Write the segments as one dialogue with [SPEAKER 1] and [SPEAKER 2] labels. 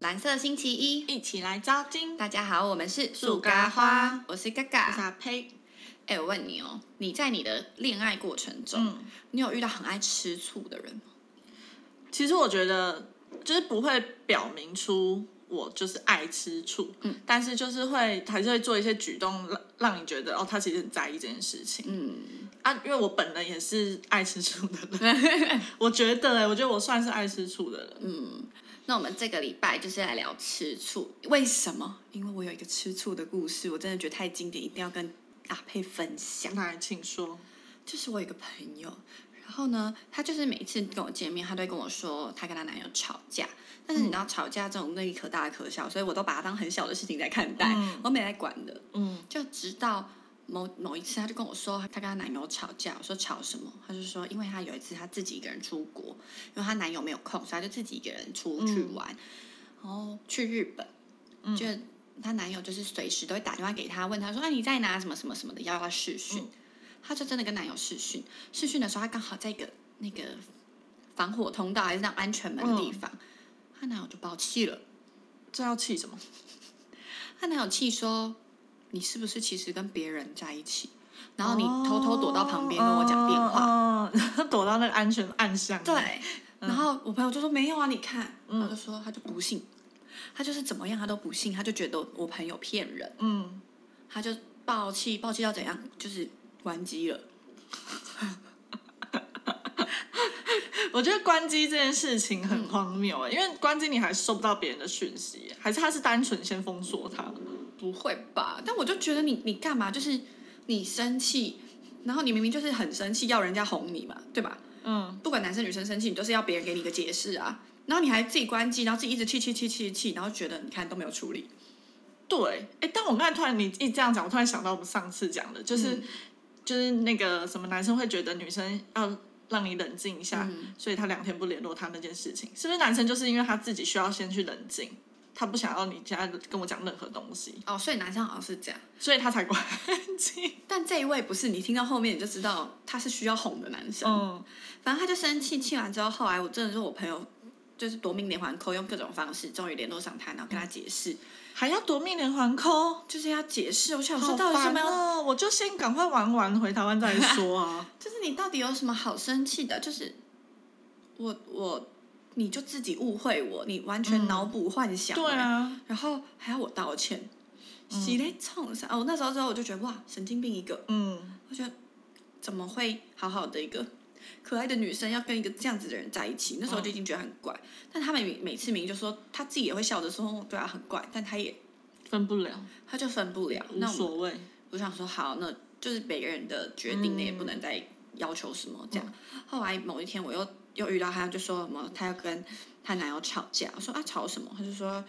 [SPEAKER 1] 蓝色星期一，
[SPEAKER 2] 一起来招金。
[SPEAKER 1] 大家好，我们是
[SPEAKER 2] 树咖花，
[SPEAKER 1] 我是嘎
[SPEAKER 2] 我是
[SPEAKER 1] 嘎。
[SPEAKER 2] 阿呸，
[SPEAKER 1] 哎、我问你哦，你在你的恋爱过程中，
[SPEAKER 2] 嗯，
[SPEAKER 1] 你有遇到很爱吃醋的人吗？
[SPEAKER 2] 其实我觉得就是不会表明出我就是爱吃醋，
[SPEAKER 1] 嗯，
[SPEAKER 2] 但是就是会还是会做一些举动让让你觉得哦，他其实很在意这件事情
[SPEAKER 1] 嗯，
[SPEAKER 2] 啊。因为我本人也是爱吃醋的人， 我觉得哎、我觉得我算是爱吃醋的人。
[SPEAKER 1] 嗯那我们这个礼拜就是来聊吃醋，为什么？因为我有一个吃醋的故事，我真的觉得太经典，一定要跟阿佩分享。
[SPEAKER 2] 来，请说。
[SPEAKER 1] 就是我有一个朋友，然后呢，她就是每一次跟我见面，她都会跟我说她跟她男友吵架。但是你知
[SPEAKER 2] 嗯
[SPEAKER 1] 道吵架这种内力可大可小，所以我都把它当很小的事情在看待，
[SPEAKER 2] 嗯
[SPEAKER 1] 我没来管的。
[SPEAKER 2] 嗯，
[SPEAKER 1] 就直到某某一次，她就跟我说她跟她男友吵架，我说吵什么？她就说因为她有一次她自己一个人出国，因为她男友没有空，所以她就自己一个人出去玩，然后去日本，
[SPEAKER 2] 嗯
[SPEAKER 1] 就她男友就是随时都会打电话给她，问她说：“哎、你在哪？什么什么什么的，要不要视讯
[SPEAKER 2] 嗯？”
[SPEAKER 1] 她、就真的跟男友视讯，视讯的时候她刚好在一个那个防火通道还是那种安全门的地方，
[SPEAKER 2] 嗯
[SPEAKER 1] 她、男友就爆气了，
[SPEAKER 2] 这要气什么？
[SPEAKER 1] 她男友气说：“你是不是其实跟别人在一起？然后你偷偷躲到旁边跟我讲电
[SPEAKER 2] 哦
[SPEAKER 1] 话？”
[SPEAKER 2] 话，嗯躲到那个安全暗巷。
[SPEAKER 1] 对，然后我朋友就说没有啊，你看，然后就说他就不信，他就是怎么样他都不信，他就觉得我朋友骗人，
[SPEAKER 2] 嗯，
[SPEAKER 1] 他就爆气，爆气到怎样，就是关机了。
[SPEAKER 2] 我觉得关机这件事情很荒谬、欸，因为关机你还收不到别人的讯息、还是他是单纯先封锁他？
[SPEAKER 1] 不会吧？但我就觉得你你干嘛？就是你生气，然后你明明就是很生气，要人家哄你嘛，对吧？
[SPEAKER 2] 嗯，
[SPEAKER 1] 不管男生女生生气，你都是要别人给你一个解释啊。然后你还自己关机，然后自己一直气气气气气，然后觉得你看都没有处理，
[SPEAKER 2] 对。哎、但我刚才突然你一这样讲，我突然想到我们上次讲的，就是、就是那个什么男生会觉得女生要让你冷静一下，
[SPEAKER 1] 嗯
[SPEAKER 2] 所以他两天不联络他那件事情，是不是男生就是因为他自己需要先去冷静，他不想要你现在跟我讲任何东西，
[SPEAKER 1] 哦，所以男生好像是这样。
[SPEAKER 2] 所以他才关机。
[SPEAKER 1] 但这一位不是，你听到后面你就知道他是需要哄的男生。
[SPEAKER 2] 嗯，
[SPEAKER 1] 反正他就生气，气完之后，后来我真的是我朋友，就是夺命连环扣，用各种方式，终于联络上他，然后跟他解释，
[SPEAKER 2] 还要夺命连环扣。
[SPEAKER 1] 就是要解释。我想
[SPEAKER 2] 好
[SPEAKER 1] 说，到底什
[SPEAKER 2] 烦
[SPEAKER 1] 么要？
[SPEAKER 2] 哦！我就先赶快玩完，回台湾再说 啊。
[SPEAKER 1] 就是你到底有什么好生气的？就是我我，你就自己误会我，你完全脑补幻想、
[SPEAKER 2] 对啊，
[SPEAKER 1] 然后还要我道歉，洗嘞冲上哦！那时候之后我就觉得哇，神经病一个。
[SPEAKER 2] 嗯，
[SPEAKER 1] 我觉得怎么会好好的一个可爱的女生要跟一个这样子的人在一起？那时候就已经觉得很怪。但他们每每次明明就说他自己也会笑着说，哦对啊，很怪，但他也
[SPEAKER 2] 分不了，
[SPEAKER 1] 他就分不了。
[SPEAKER 2] 无
[SPEAKER 1] 那我
[SPEAKER 2] 所谓。
[SPEAKER 1] 我想说，好，那就是每个人的决定，
[SPEAKER 2] 嗯
[SPEAKER 1] 那也不能再要求什么这样。后来某一天我又又遇到他，就说什么他要跟他男友吵架，我说啊吵什么？他就说，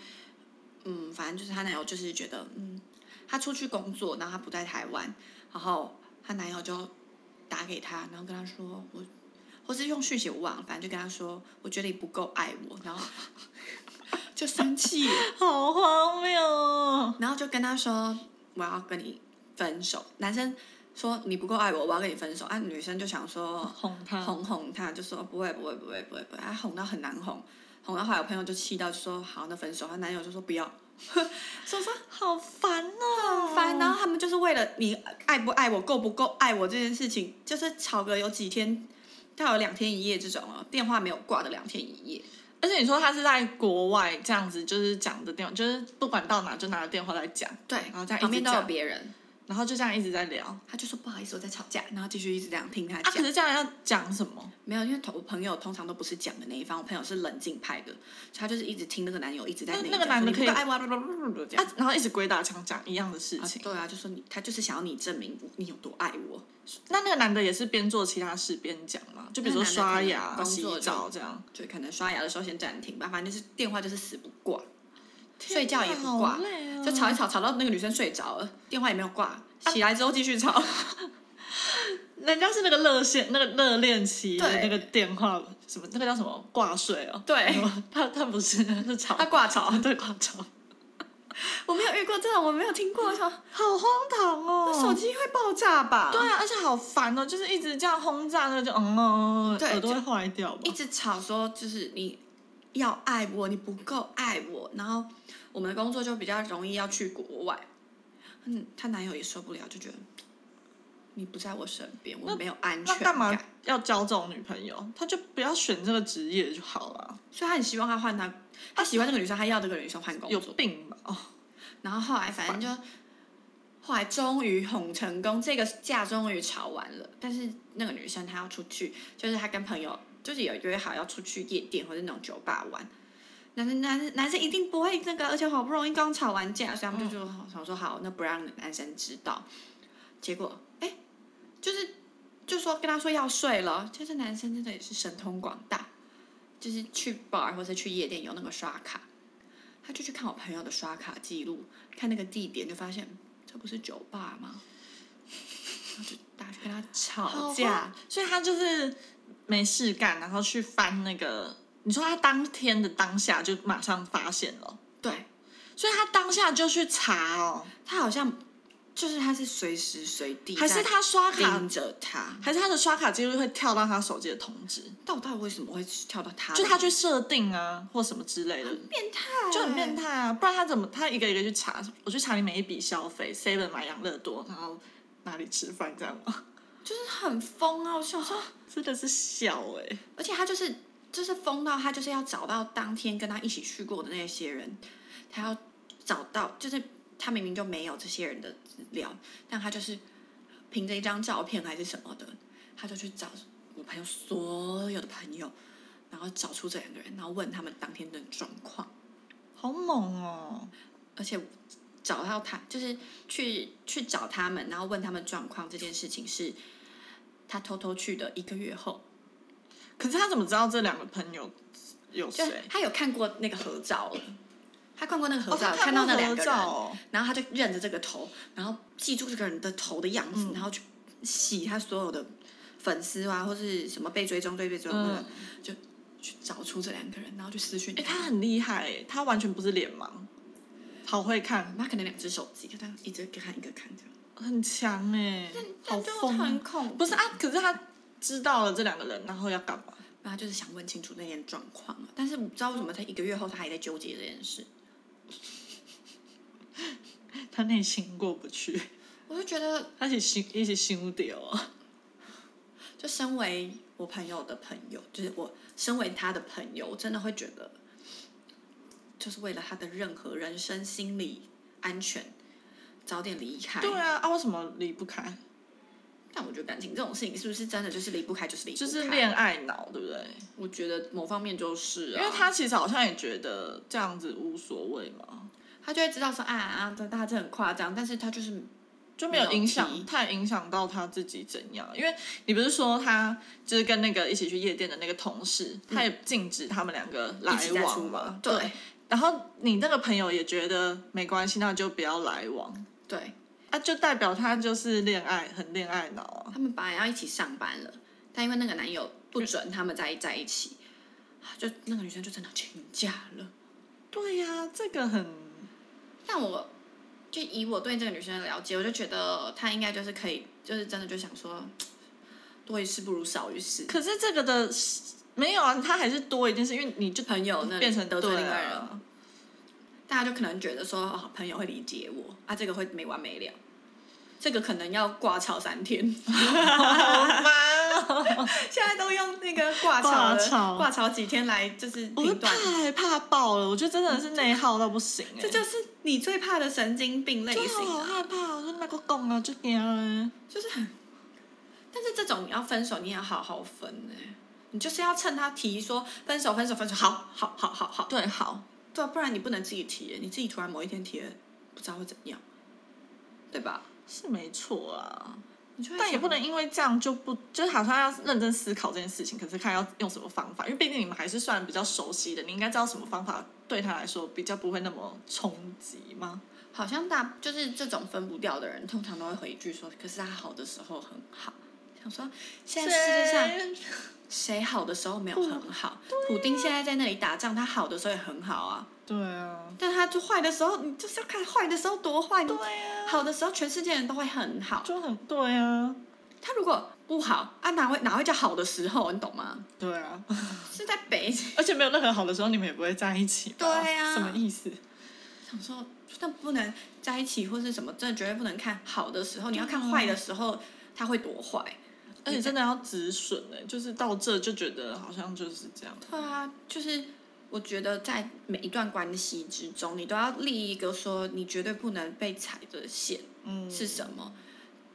[SPEAKER 1] 嗯，反正就是她男友就是觉得，嗯，她出去工作，然后她不在台湾，然后她男友就打给她，然后跟她说我。或是用续写我忘了，反正就跟她说，我觉得你不够爱我，然后 就生气了，
[SPEAKER 2] 好荒谬哦！
[SPEAKER 1] 然后就跟他说我要跟你分手。男生说你不够爱我，我要跟你分手。啊，女生就想说
[SPEAKER 2] 哄他，
[SPEAKER 1] 哄哄他，就说不会不会不会不会不会，啊，哄到很难哄，哄到后来我朋友就气到就说好那分手，她男友就说不要，所以我说
[SPEAKER 2] 好烦哦，
[SPEAKER 1] 烦。然后他们就是为了你爱不爱我够不够爱我这件事情，就是吵个有几天。到有两天一夜这种哦，电话没有挂的两天一夜，
[SPEAKER 2] 而且你说他是在国外这样子，就是讲的电话，就是不管到哪就拿着电话来讲，
[SPEAKER 1] 对，
[SPEAKER 2] 然后这样一直
[SPEAKER 1] 旁边都有
[SPEAKER 2] 讲
[SPEAKER 1] 别人，
[SPEAKER 2] 然后就这样一直在聊。啊，
[SPEAKER 1] 他就说不好意思我在吵架，然后继续一直这样听他讲。
[SPEAKER 2] 可是这样要讲什么？
[SPEAKER 1] 没有，因为同我朋友通常都不是讲的那一方，我朋友是冷静派的，所以他就是一直听那个男友一直在
[SPEAKER 2] 那
[SPEAKER 1] 里
[SPEAKER 2] 那个
[SPEAKER 1] 讲说
[SPEAKER 2] 男的
[SPEAKER 1] 你
[SPEAKER 2] 可以
[SPEAKER 1] 不爱我啊，不不不不不这样
[SPEAKER 2] 啊。，然后一直鬼打墙讲一样的事
[SPEAKER 1] 啊
[SPEAKER 2] 情。
[SPEAKER 1] 对啊，就说你，他就是想要你证明你有多爱我。
[SPEAKER 2] 那那个男的也是边做其他事边讲嘛，就比如说
[SPEAKER 1] 那个男的
[SPEAKER 2] 刷
[SPEAKER 1] 可能
[SPEAKER 2] 牙、啊
[SPEAKER 1] 工
[SPEAKER 2] 洗
[SPEAKER 1] 作就
[SPEAKER 2] 澡这样。
[SPEAKER 1] 就可能刷牙的时候先暂停吧，反正就是电话就是死不挂，睡觉也
[SPEAKER 2] 天哪
[SPEAKER 1] 不挂
[SPEAKER 2] 好，累啊
[SPEAKER 1] 就吵一吵，吵到那个女生睡着了，电话也没有挂，起来之后继续吵。
[SPEAKER 2] 人家是那个热线，那个热恋期的
[SPEAKER 1] 对
[SPEAKER 2] 那个电话，什么那个叫什么挂睡哦？
[SPEAKER 1] 对
[SPEAKER 2] 什么，他他不是，他是吵
[SPEAKER 1] 他，挂吵，
[SPEAKER 2] 对挂吵，
[SPEAKER 1] 我没有遇过这种，我没有听过，
[SPEAKER 2] 哦
[SPEAKER 1] 我想
[SPEAKER 2] 好荒唐哦！
[SPEAKER 1] 手机会爆炸吧？
[SPEAKER 2] 对啊，而且好烦哦，就是一直这样轰炸，那个就嗯哦，
[SPEAKER 1] 对
[SPEAKER 2] 耳朵会坏掉吧
[SPEAKER 1] 一？直吵说就是你要爱我，你不够爱我。然后我们的工作就比较容易要去国外。嗯，她男友也受不了，就觉得你不在我身边，我没有安
[SPEAKER 2] 那
[SPEAKER 1] 全
[SPEAKER 2] 干嘛
[SPEAKER 1] 感。
[SPEAKER 2] 要交这种女朋友？他就不要选这个职业就好了。
[SPEAKER 1] 所以她很希望他换他，他喜欢这个女生，他要这个女生换工
[SPEAKER 2] 有
[SPEAKER 1] 作。
[SPEAKER 2] 病吧？哦，
[SPEAKER 1] 然后后来反正就，后来终于哄成功，这个架终于吵完了。但是那个女生她要出去，就是她跟朋友就是有约好要出去夜店或者那种酒吧玩。男生男男生一定不会那个，而且好不容易刚吵完架，所以他们就就想说好，那不让男生知道。结果哎，就是就说跟他说要睡了，就是男生真的也是神通广大，就是去 bar 或者去夜店有那个刷卡，他就去看我朋友的刷卡记录，看那个地点就发现这不是酒吧吗？然后就大家跟他吵架，，
[SPEAKER 2] 哦所以他就是没事干，然后去翻那个。你说他当天的当下就马上发现了，
[SPEAKER 1] 对
[SPEAKER 2] 所以他当下就去查哦，
[SPEAKER 1] 他好像就是他是随时随地
[SPEAKER 2] 还是
[SPEAKER 1] 在
[SPEAKER 2] 他刷卡，
[SPEAKER 1] 盯着他，
[SPEAKER 2] 还是他的刷卡记录会跳到他手机的通知，
[SPEAKER 1] 到底为什么会跳到他的？
[SPEAKER 2] 就他去设定啊或什么之类的，
[SPEAKER 1] 变态，欸
[SPEAKER 2] 就很变。态啊！不然他怎么他一个一个去查？我去查你每一笔消费，seven 买养乐多，然后哪里吃饭这样吗？
[SPEAKER 1] 就是很疯啊！我想 说，
[SPEAKER 2] 真的是笑哎、
[SPEAKER 1] 而且他就是就是疯到他就是要找到当天跟他一起去过的那些人，他要找到，就是他明明就没有这些人的资料，但他就是凭着一张照片还是什么的，他就去找我朋友所有的朋友，然后找出这两个人，然后问他们当天的状况，
[SPEAKER 2] 好猛哦！
[SPEAKER 1] 而且。找到他就是去去找他们，然后问他们状况这件事情是，他偷偷去的一个月后，
[SPEAKER 2] 可是他怎么知道这两个朋友有
[SPEAKER 1] 就
[SPEAKER 2] 谁？
[SPEAKER 1] 他有看过那个合照了， 他看过那个合照，
[SPEAKER 2] 哦、他
[SPEAKER 1] 看到那
[SPEAKER 2] 过
[SPEAKER 1] 两
[SPEAKER 2] 合
[SPEAKER 1] 个
[SPEAKER 2] 照
[SPEAKER 1] 人，
[SPEAKER 2] 哦、
[SPEAKER 1] 然后他就认着这个头，然后记住这个人的头的样子，然后去洗他所有的粉丝啊，或是什么被追踪、被追踪的人，
[SPEAKER 2] 嗯
[SPEAKER 1] 就去找出这两个人，然后去私讯
[SPEAKER 2] 哎、他很厉害哎、他完全不是脸盲，好会看，
[SPEAKER 1] 他可能两只手机，就这样一直看一个看这样，
[SPEAKER 2] 很强哎、好疯啊！
[SPEAKER 1] 很恐怖。
[SPEAKER 2] 不是啊，可是他知道了这两个人，然后要干嘛？
[SPEAKER 1] 然后他就是想问清楚那件状况啊，但是我不知道为什么他一个月后他还在纠结这件事，
[SPEAKER 2] 他内心过不去，
[SPEAKER 1] 我就觉得
[SPEAKER 2] 他一起心一起心掉啊！
[SPEAKER 1] 就身为我朋友的朋友，就是我身为他的朋友，我真的会觉得，就是为了他的任何人生心理安全，早点离开。
[SPEAKER 2] 对啊，啊为什么离不开？
[SPEAKER 1] 但我觉得感情这种事情是不是真的就是离不开，就是离不开？
[SPEAKER 2] 就是恋爱脑，对不对？
[SPEAKER 1] 我觉得某方面就是、啊，
[SPEAKER 2] 因为他其实好像也觉得这样子无所谓嘛，
[SPEAKER 1] 他就会知道说啊啊，这大家这很夸张，但是他就是
[SPEAKER 2] 就没有影
[SPEAKER 1] 没有
[SPEAKER 2] 响
[SPEAKER 1] 提
[SPEAKER 2] 太影响到他自己怎样。因为你不是说他就是跟那个一起去夜店的那个同事，他也禁止他们两个来
[SPEAKER 1] 一起在
[SPEAKER 2] 往
[SPEAKER 1] 出
[SPEAKER 2] 嘛
[SPEAKER 1] 门，。对
[SPEAKER 2] 然后你那个朋友也觉得没关系，那就不要来往。
[SPEAKER 1] 对，
[SPEAKER 2] 啊，就代表他就是恋爱，很恋爱脑啊！
[SPEAKER 1] 他们本来要一起上班了，但因为那个男友不准他们在在一起，就那个女生就真的请假了。
[SPEAKER 2] 对呀、这个很
[SPEAKER 1] 但我就以我对这个女生的了解，我就觉得她应该就是可以，就是真的就想说，多一事不如少一事。
[SPEAKER 2] 可是这个的没有啊，他还是多一件事，因为你就
[SPEAKER 1] 朋友那里
[SPEAKER 2] 变成
[SPEAKER 1] 得罪
[SPEAKER 2] 对
[SPEAKER 1] 另外人，
[SPEAKER 2] 啊
[SPEAKER 1] 大家就可能觉得说，哦，朋友会理解我啊，这个会没完没了，这个可能要挂吵三天。
[SPEAKER 2] 好烦哦！
[SPEAKER 1] 现在都用那个挂吵
[SPEAKER 2] 挂
[SPEAKER 1] 了
[SPEAKER 2] 吵
[SPEAKER 1] 挂吵几天来就是
[SPEAKER 2] 我
[SPEAKER 1] 评断，
[SPEAKER 2] 太怕爆了，我觉得真的是内耗到不行哎、
[SPEAKER 1] 这就是你最怕的神经病类
[SPEAKER 2] 对
[SPEAKER 1] 型
[SPEAKER 2] 啊好
[SPEAKER 1] 啊。
[SPEAKER 2] 害怕，我就那个拱啊，就惊啊。
[SPEAKER 1] 但是这种你要分手，你也要好好分哎、你就是要趁他提说分手，分手，分手，好好好好好，
[SPEAKER 2] 对，好，
[SPEAKER 1] 对啊，不然你不能自己提耶，你自己突然某一天提了，不知道会怎样，对吧？
[SPEAKER 2] 是没错啊，
[SPEAKER 1] 你就会
[SPEAKER 2] 但也
[SPEAKER 1] 想
[SPEAKER 2] 不能因为这样就不，就好像要认真思考这件事情，可是看要用什么方法，因为毕竟你们还是算比较熟悉的，你应该知道什么方法对他来说比较不会那么冲击吗？
[SPEAKER 1] 好像大就是这种分不掉的人，通常都会回一句说：“可是他好的时候很好。”想说现在世界上
[SPEAKER 2] 上
[SPEAKER 1] 谁好的时候没有很 好？
[SPEAKER 2] 啊
[SPEAKER 1] 普丁现在在那里打仗，他好的时候也很好啊，
[SPEAKER 2] 对啊，
[SPEAKER 1] 但他就坏的时候，你就是要看坏的时候多坏。你
[SPEAKER 2] 对啊，
[SPEAKER 1] 好的时候，全世界人都会很好。
[SPEAKER 2] 就很对啊，
[SPEAKER 1] 他如果不好啊，哪会哪会叫好的时候，你懂吗？
[SPEAKER 2] 对啊，
[SPEAKER 1] 是在北京，
[SPEAKER 2] 而且没有任何好的时候，你们也不会在一起吧。
[SPEAKER 1] 对啊
[SPEAKER 2] 什么意思？
[SPEAKER 1] 想说但不能在一起或是什么，真的绝对不能看好的时候，你要看坏的时候，它会多坏。
[SPEAKER 2] 而且真的要止损哎、就是到这就觉得好像就是这样。
[SPEAKER 1] 对啊，就是我觉得在每一段关系之中，你都要立一个说你绝对不能被踩的线
[SPEAKER 2] 嗯，
[SPEAKER 1] 是什么，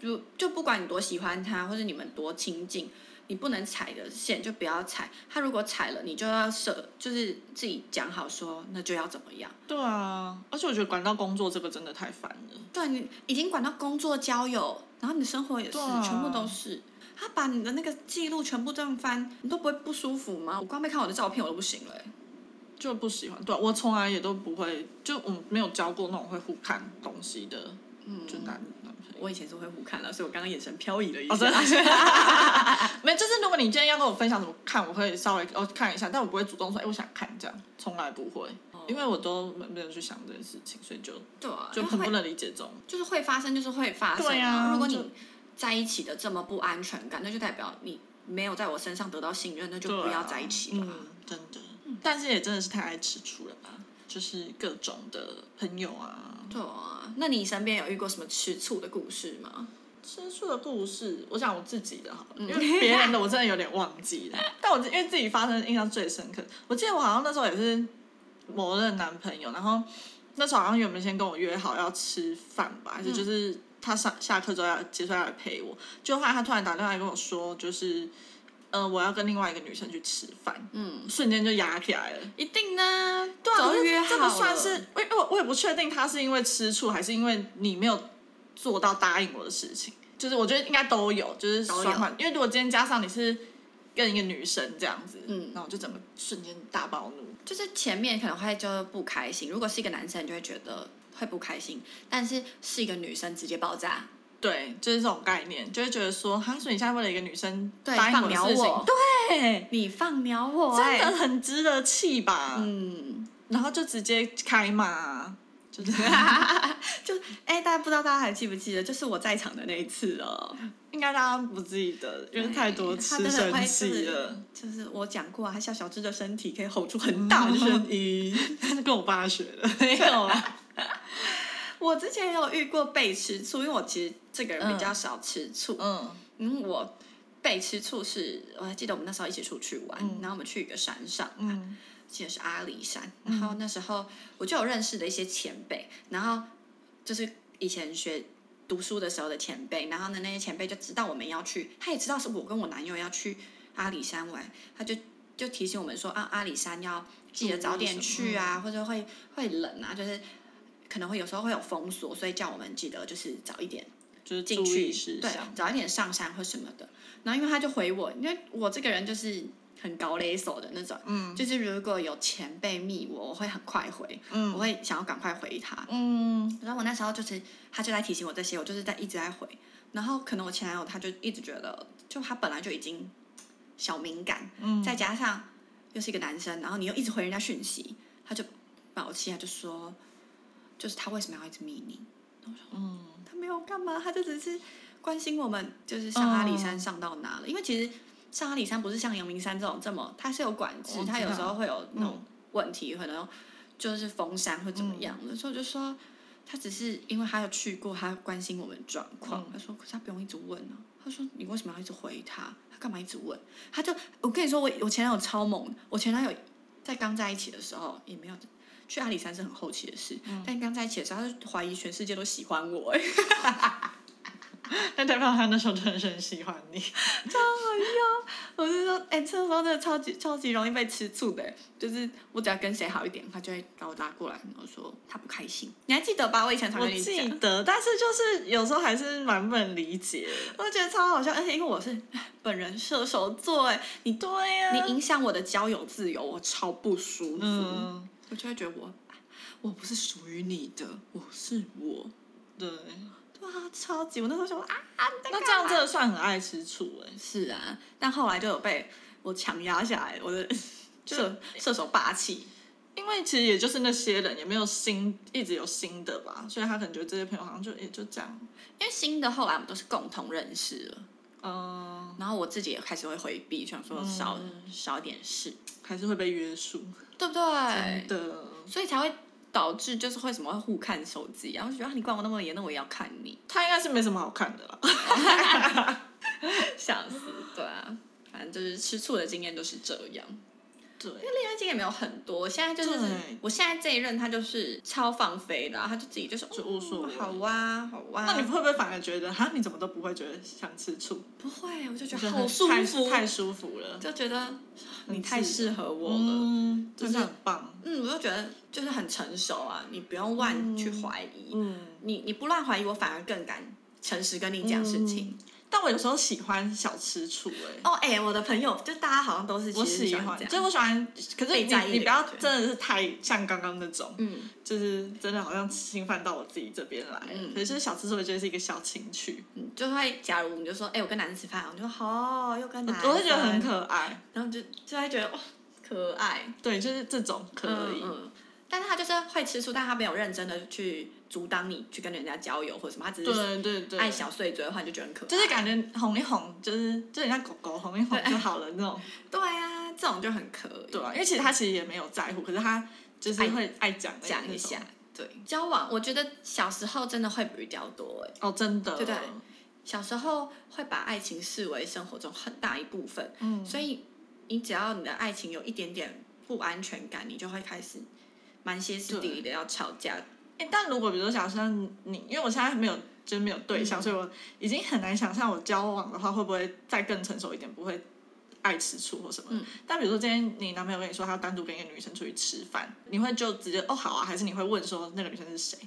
[SPEAKER 1] 就就不管你多喜欢他，或者你们多亲近。你不能踩的线就不要踩，他如果踩了，你就要设，就是自己讲好说，那就要怎么样。
[SPEAKER 2] 对啊，而且我觉得管到工作这个真的太烦了。
[SPEAKER 1] 对啊你已经管到工作、交友，然后你的生活也是，
[SPEAKER 2] 对啊
[SPEAKER 1] 全部都是。他把你的那个记录全部这样翻，你都不会不舒服吗？我光被看我的照片，我都不行了、欸。
[SPEAKER 2] 就不喜欢，对啊、我从来也都不会，就我没有交过那种会互看东西的，嗯，就男男朋友。
[SPEAKER 1] 我以前是会互看了，所以我刚刚眼神飘移了一
[SPEAKER 2] 哦，真
[SPEAKER 1] 下。
[SPEAKER 2] 的，啊没有，就是如果你今天要跟我分享怎么看，我会稍微哦看一下，但我不会主动说，哎、我想看这样，从来不会，因为我都没没有去想这件事情，所以就
[SPEAKER 1] 哦对啊，
[SPEAKER 2] 就
[SPEAKER 1] 因为
[SPEAKER 2] 很
[SPEAKER 1] 会
[SPEAKER 2] 不能理解这种。
[SPEAKER 1] 就是会发生，就是会发生、
[SPEAKER 2] 对啊
[SPEAKER 1] 如果
[SPEAKER 2] 就
[SPEAKER 1] 你在一起的这么不安全感，那就代表你没有在我身上得到信任，那就不要在一起吧。
[SPEAKER 2] 对啊嗯，真的，但是也真的是太爱吃醋了吧，就是各种的朋友啊。
[SPEAKER 1] 对啊，那你身边有遇过什么吃醋的故事吗？
[SPEAKER 2] 吃醋的故事，我讲我自己的好
[SPEAKER 1] 嗯
[SPEAKER 2] 了，因为别人的我真的有点忘记了。但我因为自己发生的印象最深刻，我记得我好像那时候也是某任男朋友，然后那时候好像原本先跟我约好要吃饭吧，还是就是
[SPEAKER 1] 嗯
[SPEAKER 2] 他上下课之后要结束要来陪我，就后来他突然打电话来跟我说，就是呃我要跟另外一个女生去吃饭，
[SPEAKER 1] 嗯，
[SPEAKER 2] 瞬间就压起来了。
[SPEAKER 1] 一定呢，
[SPEAKER 2] 对啊，
[SPEAKER 1] 早
[SPEAKER 2] 可
[SPEAKER 1] 就是约好
[SPEAKER 2] 这
[SPEAKER 1] 了
[SPEAKER 2] 不算是，我我我也不确定他是因为吃醋，还是因为你没有做到答应我的事情。就是我觉得应该都有，就是
[SPEAKER 1] 都有
[SPEAKER 2] 双方，因为如果今天加上你是跟一个女生这样子，
[SPEAKER 1] 嗯
[SPEAKER 2] 那我就整个瞬间大暴怒。
[SPEAKER 1] 就是前面可能会就不开心，如果是一个男生就会觉得会不开心，但是是一个女生直接爆炸，
[SPEAKER 2] 对，就是这种概念，就会觉得说，哈，所以你现在为了一个女生
[SPEAKER 1] 对
[SPEAKER 2] 答应
[SPEAKER 1] 放
[SPEAKER 2] 的
[SPEAKER 1] 鸟
[SPEAKER 2] 事情，
[SPEAKER 1] 我
[SPEAKER 2] 对，
[SPEAKER 1] 你放鸟我、
[SPEAKER 2] 真
[SPEAKER 1] 哎
[SPEAKER 2] 的很值得气吧？
[SPEAKER 1] 嗯，
[SPEAKER 2] 然后就直接开骂，就是
[SPEAKER 1] 就哎、大家不知道大家还记不记得，就是我在场的那一次哦了，
[SPEAKER 2] 应该大家不记得，因为太多
[SPEAKER 1] 对他
[SPEAKER 2] 次
[SPEAKER 1] 真的
[SPEAKER 2] 生
[SPEAKER 1] 会
[SPEAKER 2] 气
[SPEAKER 1] 就是
[SPEAKER 2] 了。嗯
[SPEAKER 1] 就是我讲过啊，他小小只的身体可以吼出很 大的声音。
[SPEAKER 2] 跟我爸学的，没有
[SPEAKER 1] 啊
[SPEAKER 2] 啦。
[SPEAKER 1] 我之前也有遇过被吃醋，因为我其实这个人比较少吃醋，
[SPEAKER 2] 嗯
[SPEAKER 1] 嗯，我被吃醋是我还记得我们那时候一起出去玩，然后我们去一个山上，
[SPEAKER 2] 嗯
[SPEAKER 1] 记得是阿里山，然后那时候我就有认识的一些前辈，然后就是以前学读书的时候的前辈，然后呢那些前辈就知道我们要去，他也知道是我跟我男友要去阿里山玩，他就就提醒我们说啊阿里山要记得早点去啊，或者会会冷啊，就是可能会有时候会有封锁，所以叫我们记得就是早一点
[SPEAKER 2] 就是
[SPEAKER 1] 进
[SPEAKER 2] 注
[SPEAKER 1] 去
[SPEAKER 2] 意事
[SPEAKER 1] 对
[SPEAKER 2] 项，，
[SPEAKER 1] 早一点上山或什么的。然后因为他就回我，因为我这个人就是很高勒手的那种，
[SPEAKER 2] 嗯
[SPEAKER 1] 就是如果有前辈密我，我会很快回，我
[SPEAKER 2] 嗯
[SPEAKER 1] 会想要赶快回他。
[SPEAKER 2] 嗯，
[SPEAKER 1] 然后我那时候就是他就在提醒我这些，我就是在一直在回。然后可能我前男友他就一直觉得，就他本来就已经小敏感，
[SPEAKER 2] 嗯
[SPEAKER 1] 再加上又是一个男生，然后你又一直回人家讯息，他就爆气，他就说，就是他为什么要一直密你？
[SPEAKER 2] 嗯
[SPEAKER 1] 他没有干嘛，他就只是关心我们，就是上阿里山上到哪了。因为其实上阿里山不是像阳明山这种这么，它是有管制
[SPEAKER 2] 我，知道
[SPEAKER 1] 它有时候会有那种问题，可能就是封山或怎么样的。所以我就说，他只是因为他有去过，他关心我们状况。他说，可是他不用一直问啊。他说，你为什么要一直回他？他干嘛一直问？他就我跟你说，我我前男友超猛，我前男友在刚在一起的时候也没有。去阿里山是很后期的事，但刚在一起的时候，他就怀疑全世界都喜欢我、哎
[SPEAKER 2] 那代表他那时候真的是很喜欢你，
[SPEAKER 1] 我是说，哎、这时候真的超级超级容易被吃醋的，就是我只要跟谁好一点，他就会把我拉过来，然后说他不开心。你还记得吧？我以前常
[SPEAKER 2] 我
[SPEAKER 1] 跟你
[SPEAKER 2] 记
[SPEAKER 1] 讲，
[SPEAKER 2] 得，但是就是有时候还是蛮不能理解的。
[SPEAKER 1] 我觉得超好笑，而且因为我是 本人射手座，哎，你
[SPEAKER 2] 对啊呀
[SPEAKER 1] 你影响我的交友自由，我超不舒服，
[SPEAKER 2] 嗯，
[SPEAKER 1] 我就会觉得我我不是属于你的，我是我。
[SPEAKER 2] 对，
[SPEAKER 1] 对啊，超级！我那时候想说啊，你在
[SPEAKER 2] 那
[SPEAKER 1] 干
[SPEAKER 2] 这样
[SPEAKER 1] 嘛
[SPEAKER 2] 真的算很爱吃醋哎，
[SPEAKER 1] 是啊，但后来就有被我强压下来，我的 射射手霸气。
[SPEAKER 2] 因为其实也就是那些人也没有新，一直有新的吧，所以他可能觉得这些朋友好像就也就这样。
[SPEAKER 1] 因为新的后来我们都是共同认识了，
[SPEAKER 2] 嗯，
[SPEAKER 1] 然后我自己也开始会回避，想说少、
[SPEAKER 2] 嗯
[SPEAKER 1] 少一点事，
[SPEAKER 2] 还是会被约束
[SPEAKER 1] 对不对？
[SPEAKER 2] 的。
[SPEAKER 1] 所以才会导致就是会什么会互看手机啊，然后觉得啊你管我那么严，那我也要看你，
[SPEAKER 2] 他应该是没什么好看的啦。
[SPEAKER 1] 笑死，对啊，反正就是吃醋的经验就是这样。
[SPEAKER 2] 对，
[SPEAKER 1] 因为恋爱经验没有很多，现在就是
[SPEAKER 2] 对
[SPEAKER 1] 我现在这一任他就是超放飞的啊、他就自己就是
[SPEAKER 2] 就无所谓
[SPEAKER 1] 哦好啊，好啊。
[SPEAKER 2] 那你会不会反而觉得，哈，你怎么都不会觉得想吃醋？
[SPEAKER 1] 不会，我就觉
[SPEAKER 2] 就
[SPEAKER 1] 得
[SPEAKER 2] 很
[SPEAKER 1] 好舒
[SPEAKER 2] 太
[SPEAKER 1] 服，
[SPEAKER 2] 太舒服了。
[SPEAKER 1] 就觉得你
[SPEAKER 2] 很
[SPEAKER 1] 太
[SPEAKER 2] 自
[SPEAKER 1] 适
[SPEAKER 2] 然
[SPEAKER 1] 合我了。
[SPEAKER 2] 嗯，
[SPEAKER 1] 就
[SPEAKER 2] 就是是很棒。
[SPEAKER 1] 嗯，我就觉得就是很成熟啊，你不用乱去怀疑，
[SPEAKER 2] 嗯，
[SPEAKER 1] 你你不乱怀疑，我反而更敢诚实跟你讲事情。
[SPEAKER 2] 但我有时候喜欢小吃醋，哎，
[SPEAKER 1] 哦，哎、我的朋友就大家好像都是
[SPEAKER 2] 我
[SPEAKER 1] 其实
[SPEAKER 2] 喜
[SPEAKER 1] 欢
[SPEAKER 2] 欢，
[SPEAKER 1] 这
[SPEAKER 2] 就是
[SPEAKER 1] 样，
[SPEAKER 2] 我喜欢，可是
[SPEAKER 1] 被在意
[SPEAKER 2] 你你
[SPEAKER 1] 的
[SPEAKER 2] 不要
[SPEAKER 1] 感觉
[SPEAKER 2] 真的是太像刚刚那种，
[SPEAKER 1] 嗯，
[SPEAKER 2] 就是真的好像侵犯到我自己这边来。
[SPEAKER 1] 嗯
[SPEAKER 2] 可是小吃醋，我觉得是一个小情趣，
[SPEAKER 1] 嗯就会假如你就说，哎、我跟男生吃饭，我就说好、又跟男生，
[SPEAKER 2] 我会觉得很，可爱。
[SPEAKER 1] 然后就就会觉得哦，可爱，
[SPEAKER 2] 对，就是这种可以。
[SPEAKER 1] 嗯嗯但是他就是会吃醋，但他没有认真的去阻挡你去跟人家交友或者什么，他只是
[SPEAKER 2] 对对对，
[SPEAKER 1] 爱小碎嘴的话，你就觉得很可爱。
[SPEAKER 2] 就是感觉哄一哄，就是就很像狗狗哄一哄就好了那种，
[SPEAKER 1] 对啊，这种就很可以。
[SPEAKER 2] 对啊，因为其实他其实也没有在乎，可是他就是会爱讲的
[SPEAKER 1] 讲
[SPEAKER 2] 那
[SPEAKER 1] 一
[SPEAKER 2] 种
[SPEAKER 1] 下。对，交往我觉得小时候真的会比较多哎，
[SPEAKER 2] 哦，真的，
[SPEAKER 1] 对对小时候会把爱情视为生活中很大一部分，
[SPEAKER 2] 嗯，
[SPEAKER 1] 所以你只要你的爱情有一点点不安全感，你就会开始蛮歇斯底里的要吵架。
[SPEAKER 2] 哎、但如果比如说，想象你，因为我现在没有，就是没有对
[SPEAKER 1] 嗯
[SPEAKER 2] 象，所以我已经很难想象我交往的话会不会再更成熟一点，不会爱吃醋或什么。
[SPEAKER 1] 嗯
[SPEAKER 2] 但比如说今天你男朋友跟你说他要单独跟一个女生出去吃饭，你会就直接哦好啊，还是你会问说那个女生是谁？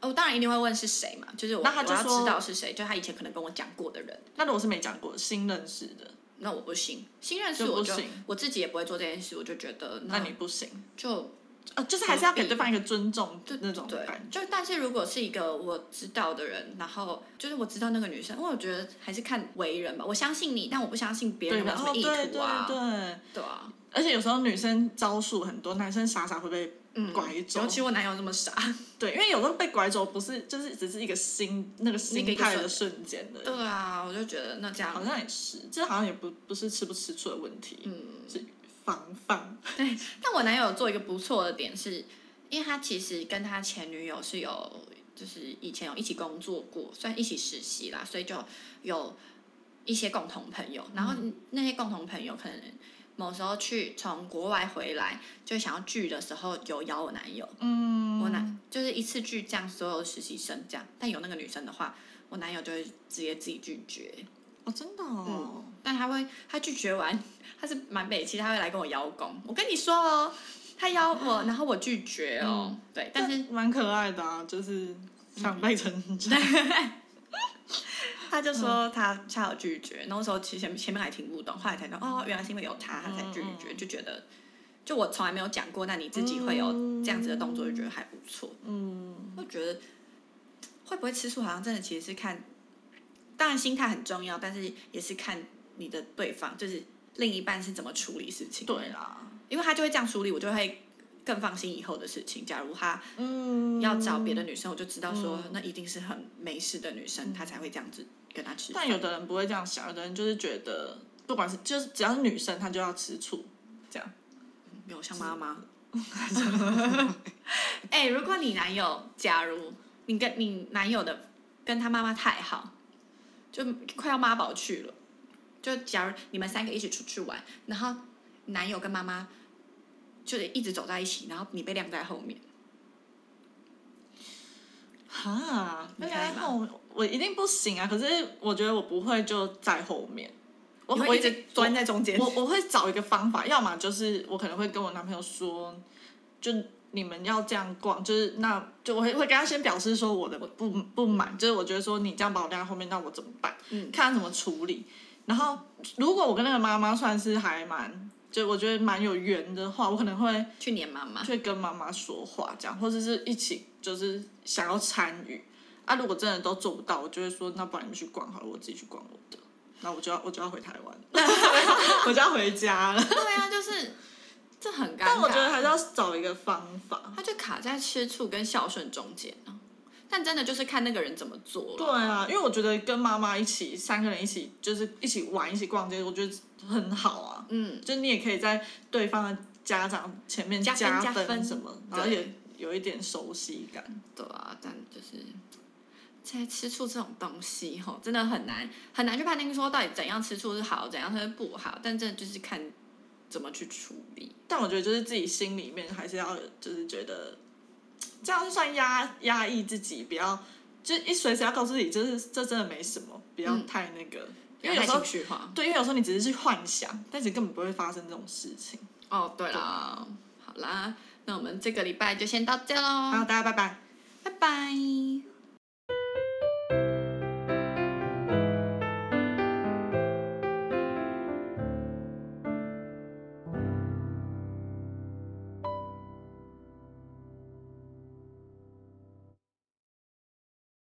[SPEAKER 1] 哦，当然一定会问是谁嘛，就是我
[SPEAKER 2] 那他就
[SPEAKER 1] 我要
[SPEAKER 2] 说
[SPEAKER 1] 知道是谁，就他以前可能跟我讲过的人，
[SPEAKER 2] 那如果是没讲过新认识的，
[SPEAKER 1] 那我不行，新认识
[SPEAKER 2] 就不
[SPEAKER 1] 我就
[SPEAKER 2] 行
[SPEAKER 1] 我自己也不会做这件事，我就觉得
[SPEAKER 2] 那你不行，
[SPEAKER 1] 就
[SPEAKER 2] 呃，就是还是要
[SPEAKER 1] 何必
[SPEAKER 2] 给对方一个尊重
[SPEAKER 1] 对
[SPEAKER 2] 那种
[SPEAKER 1] 对
[SPEAKER 2] 感，觉。
[SPEAKER 1] 就但是如果是一个我知道的人，然后就是我知道那个女生，因为我觉得还是看为人吧。我相信你，但我不相信别人有没有
[SPEAKER 2] 然
[SPEAKER 1] 什
[SPEAKER 2] 后
[SPEAKER 1] 么
[SPEAKER 2] 对对
[SPEAKER 1] 意图啊，
[SPEAKER 2] 对，
[SPEAKER 1] 对啊，
[SPEAKER 2] 而且有时候女生招数很多，男生傻傻会被
[SPEAKER 1] 嗯，
[SPEAKER 2] 拐走。
[SPEAKER 1] 尤其我男友这么傻，
[SPEAKER 2] 对，因为有时候被拐走不是就是只是一个心那个心态的瞬间的，
[SPEAKER 1] 对啊，我就觉得那这样
[SPEAKER 2] 好像也是，这好像也不不是吃不吃醋的问题，
[SPEAKER 1] 嗯，
[SPEAKER 2] 是防范。
[SPEAKER 1] 对。但我男友有做一个不错的点是，因为他其实跟他前女友是有，就是以前有一起工作过，算一起实习啦，所以就有一些共同朋友。然后那些共同朋友可能某时候去从国外回来，就想要聚的时候有邀我男友，
[SPEAKER 2] 嗯，
[SPEAKER 1] 我男就是一次聚这样所有的实习生这样，但有那个女生的话，我男友就会直接自己拒绝。
[SPEAKER 2] 哦，真的哦，
[SPEAKER 1] 但他会，他拒绝完， 他是蛮北气，他会来跟我邀功。我跟你说哦，他邀我，然后我拒绝哦。
[SPEAKER 2] 嗯
[SPEAKER 1] 对，但是
[SPEAKER 2] 这蛮可爱的啊，就是想被成长。
[SPEAKER 1] 他就说
[SPEAKER 2] 嗯
[SPEAKER 1] 他他有拒绝，那时候其实前前面还听不懂，后来才知道哦，原来是因为有他，他才拒绝，
[SPEAKER 2] 嗯嗯
[SPEAKER 1] 就觉得就我从来没有讲过，那你自己会有这样子的动作，就觉得还不错。
[SPEAKER 2] 嗯，
[SPEAKER 1] 我觉得会不会吃醋，好像真的其实是看，当然心态很重要，但是也是看你的对方，就是另一半是怎么处理事 情。
[SPEAKER 2] 对啦，
[SPEAKER 1] 因为他就会这样处理，我就会更放心以后的事情。假如他
[SPEAKER 2] 嗯，
[SPEAKER 1] 要找别的女生，我就知道说
[SPEAKER 2] 嗯
[SPEAKER 1] 那一定是很没事的女生，他才会这样子跟他吃饭。
[SPEAKER 2] 但有的人不会这样想，有的人就是觉得，不管是就是只要是女生，她就要吃醋，这样。
[SPEAKER 1] 嗯没有像妈妈。哎、如果你男友，假如你跟你男友的跟他妈妈太好，就快要妈宝去了。就假如你们三个一起出去玩，然后男友跟妈妈就是一直走在一起，然后你被晾在后面，
[SPEAKER 2] 哈，
[SPEAKER 1] 你
[SPEAKER 2] 那
[SPEAKER 1] 可以
[SPEAKER 2] 然
[SPEAKER 1] 吗
[SPEAKER 2] 后哦我一定不行啊！可是我觉得我不会就在后面，我
[SPEAKER 1] 你
[SPEAKER 2] 我
[SPEAKER 1] 会一直钻在中间。
[SPEAKER 2] 我我会找一个方法，要么就是我可能会跟我男朋友说，就你们要这样逛，就是那就我会会跟他先表示说我的不不满，就是我觉得说你这样把我晾在后面，那我怎么办？
[SPEAKER 1] 嗯
[SPEAKER 2] 看他怎么处理。然后如果我跟那个妈妈算是还蛮，就我觉得蛮有缘的话，我可能会
[SPEAKER 1] 去黏妈妈，
[SPEAKER 2] 去跟妈妈说话，这样或者是一起就是想要参与。啊，如果真的都做不到，我就会说，那不然你们去逛好了，我自己去逛我的。那我就要我就要回台湾， 我就要回家了。
[SPEAKER 1] 对啊，就是这很尴尬。
[SPEAKER 2] 但我觉得还是要找一个方法。
[SPEAKER 1] 他就卡在吃醋跟孝顺中间啊。但真的就是看那个人怎么做
[SPEAKER 2] 对
[SPEAKER 1] 了。
[SPEAKER 2] 啊，因为我觉得跟妈妈一起，三个人一起，就是一起玩、一起逛街，我觉得很好啊。
[SPEAKER 1] 嗯，
[SPEAKER 2] 就是你也可以在对方的家长前面
[SPEAKER 1] 加分加
[SPEAKER 2] 分
[SPEAKER 1] 分
[SPEAKER 2] 什么，
[SPEAKER 1] 对
[SPEAKER 2] 然后也有一点熟悉感。
[SPEAKER 1] 对啊，但就是在吃醋这种东西吼，真的很难很难去判定说到底怎样吃醋是好，怎样是不好，但真的就是看怎么去处理。
[SPEAKER 2] 但我觉得就是自己心里面还是要就是觉得，这样算压压抑自己，不要就是一随时要告诉自己，就是这真的没什么，不要
[SPEAKER 1] 嗯
[SPEAKER 2] 太那个，
[SPEAKER 1] 不
[SPEAKER 2] 因
[SPEAKER 1] 要
[SPEAKER 2] 为有
[SPEAKER 1] 太
[SPEAKER 2] 时候
[SPEAKER 1] 情绪化。
[SPEAKER 2] 对，因为有时候你只是去幻想，但是根本不会发生这种事情。
[SPEAKER 1] 哦，对啦，好啦，那我们这个礼拜就先到这喽。
[SPEAKER 2] 好，大家拜拜。